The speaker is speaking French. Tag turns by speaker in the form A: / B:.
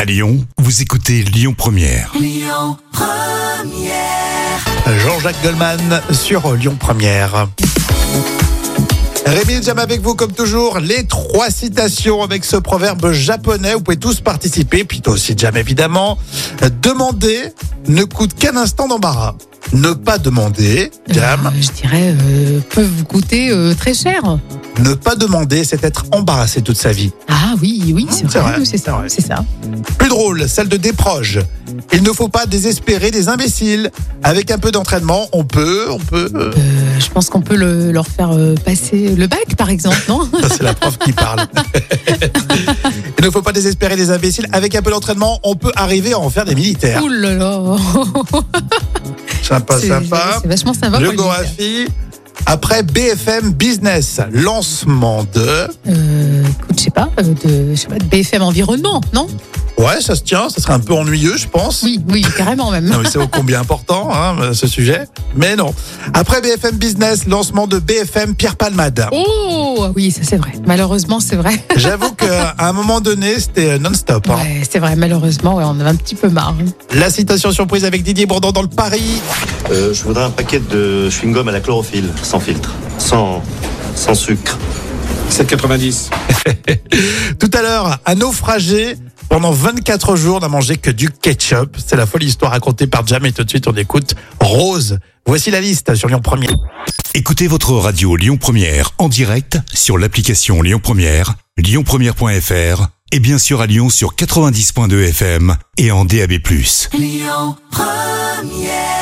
A: À Lyon, vous écoutez Lyon Première.
B: Jean-Jacques Goldman sur Lyon Première. Rémi Jam avec vous comme toujours, les trois citations avec ce proverbe japonais. Vous pouvez tous participer, puis toi aussi Jam évidemment. Demander ne coûte qu'un instant d'embarras. Ne pas demander, Jam,
C: Euh, je dirais, euh, peuvent vous coûter euh, très cher.
B: ne pas demander, c'est être embarrassé toute sa vie.
C: Ah oui, oui, c'est
B: c'est
C: vrai,
B: vrai,
C: oui, c'est
B: c'est
C: ça,
B: vrai.
C: c'est ça.
B: Plus drôle, celle de Desproges. Il ne faut pas désespérer des imbéciles. Avec un peu d'entraînement, on peut, on peut. euh,
C: Euh, je pense qu'on peut le- leur faire euh, passer le bac, par exemple, non
B: Ça, c'est la prof qui parle. Il ne faut pas désespérer des imbéciles. Avec un peu d'entraînement, on peut arriver à en faire des militaires.
C: Ouh là là
B: Sympa,
C: C'est-
B: sympa.
C: C'est vachement sympa. pour
B: Le
C: le dire.
B: Gorafi. Après BFM Business, lancement de.
C: Euh, écoute, je sais pas, euh, de, je sais pas, de BFM Environnement, non
B: Ouais, ça se tient, ça serait un peu ennuyeux, je pense.
C: Oui, oui, carrément même.
B: Non, mais c'est ô combien important, hein, ce sujet. Mais non. Après BFM Business, lancement de BFM Pierre Palmade.
C: Oh Oui, ça c'est vrai. Malheureusement, c'est vrai.
B: J'avoue qu'à un moment donné, c'était non-stop. hein.
C: Ouais, c'est vrai, malheureusement, ouais, on en a un petit peu marre. hein.
B: La citation surprise avec Didier Bourdon dans le Paris.
D: Euh, je voudrais un paquet de chewing-gum à la chlorophylle, sans filtre, sans, sans sucre.
E: 7,90.
B: Tout à l'heure, un naufragé pendant 24 jours n'a mangé que du ketchup. C'est la folle histoire racontée par Jam et tout de suite on écoute Rose. Voici la liste sur Lyon 1er.
A: Écoutez votre radio Lyon Première en direct sur l'application Lyon Première, lyonpremière.fr et bien sûr à Lyon sur 90.2 FM et en DAB+.
F: Lyon Première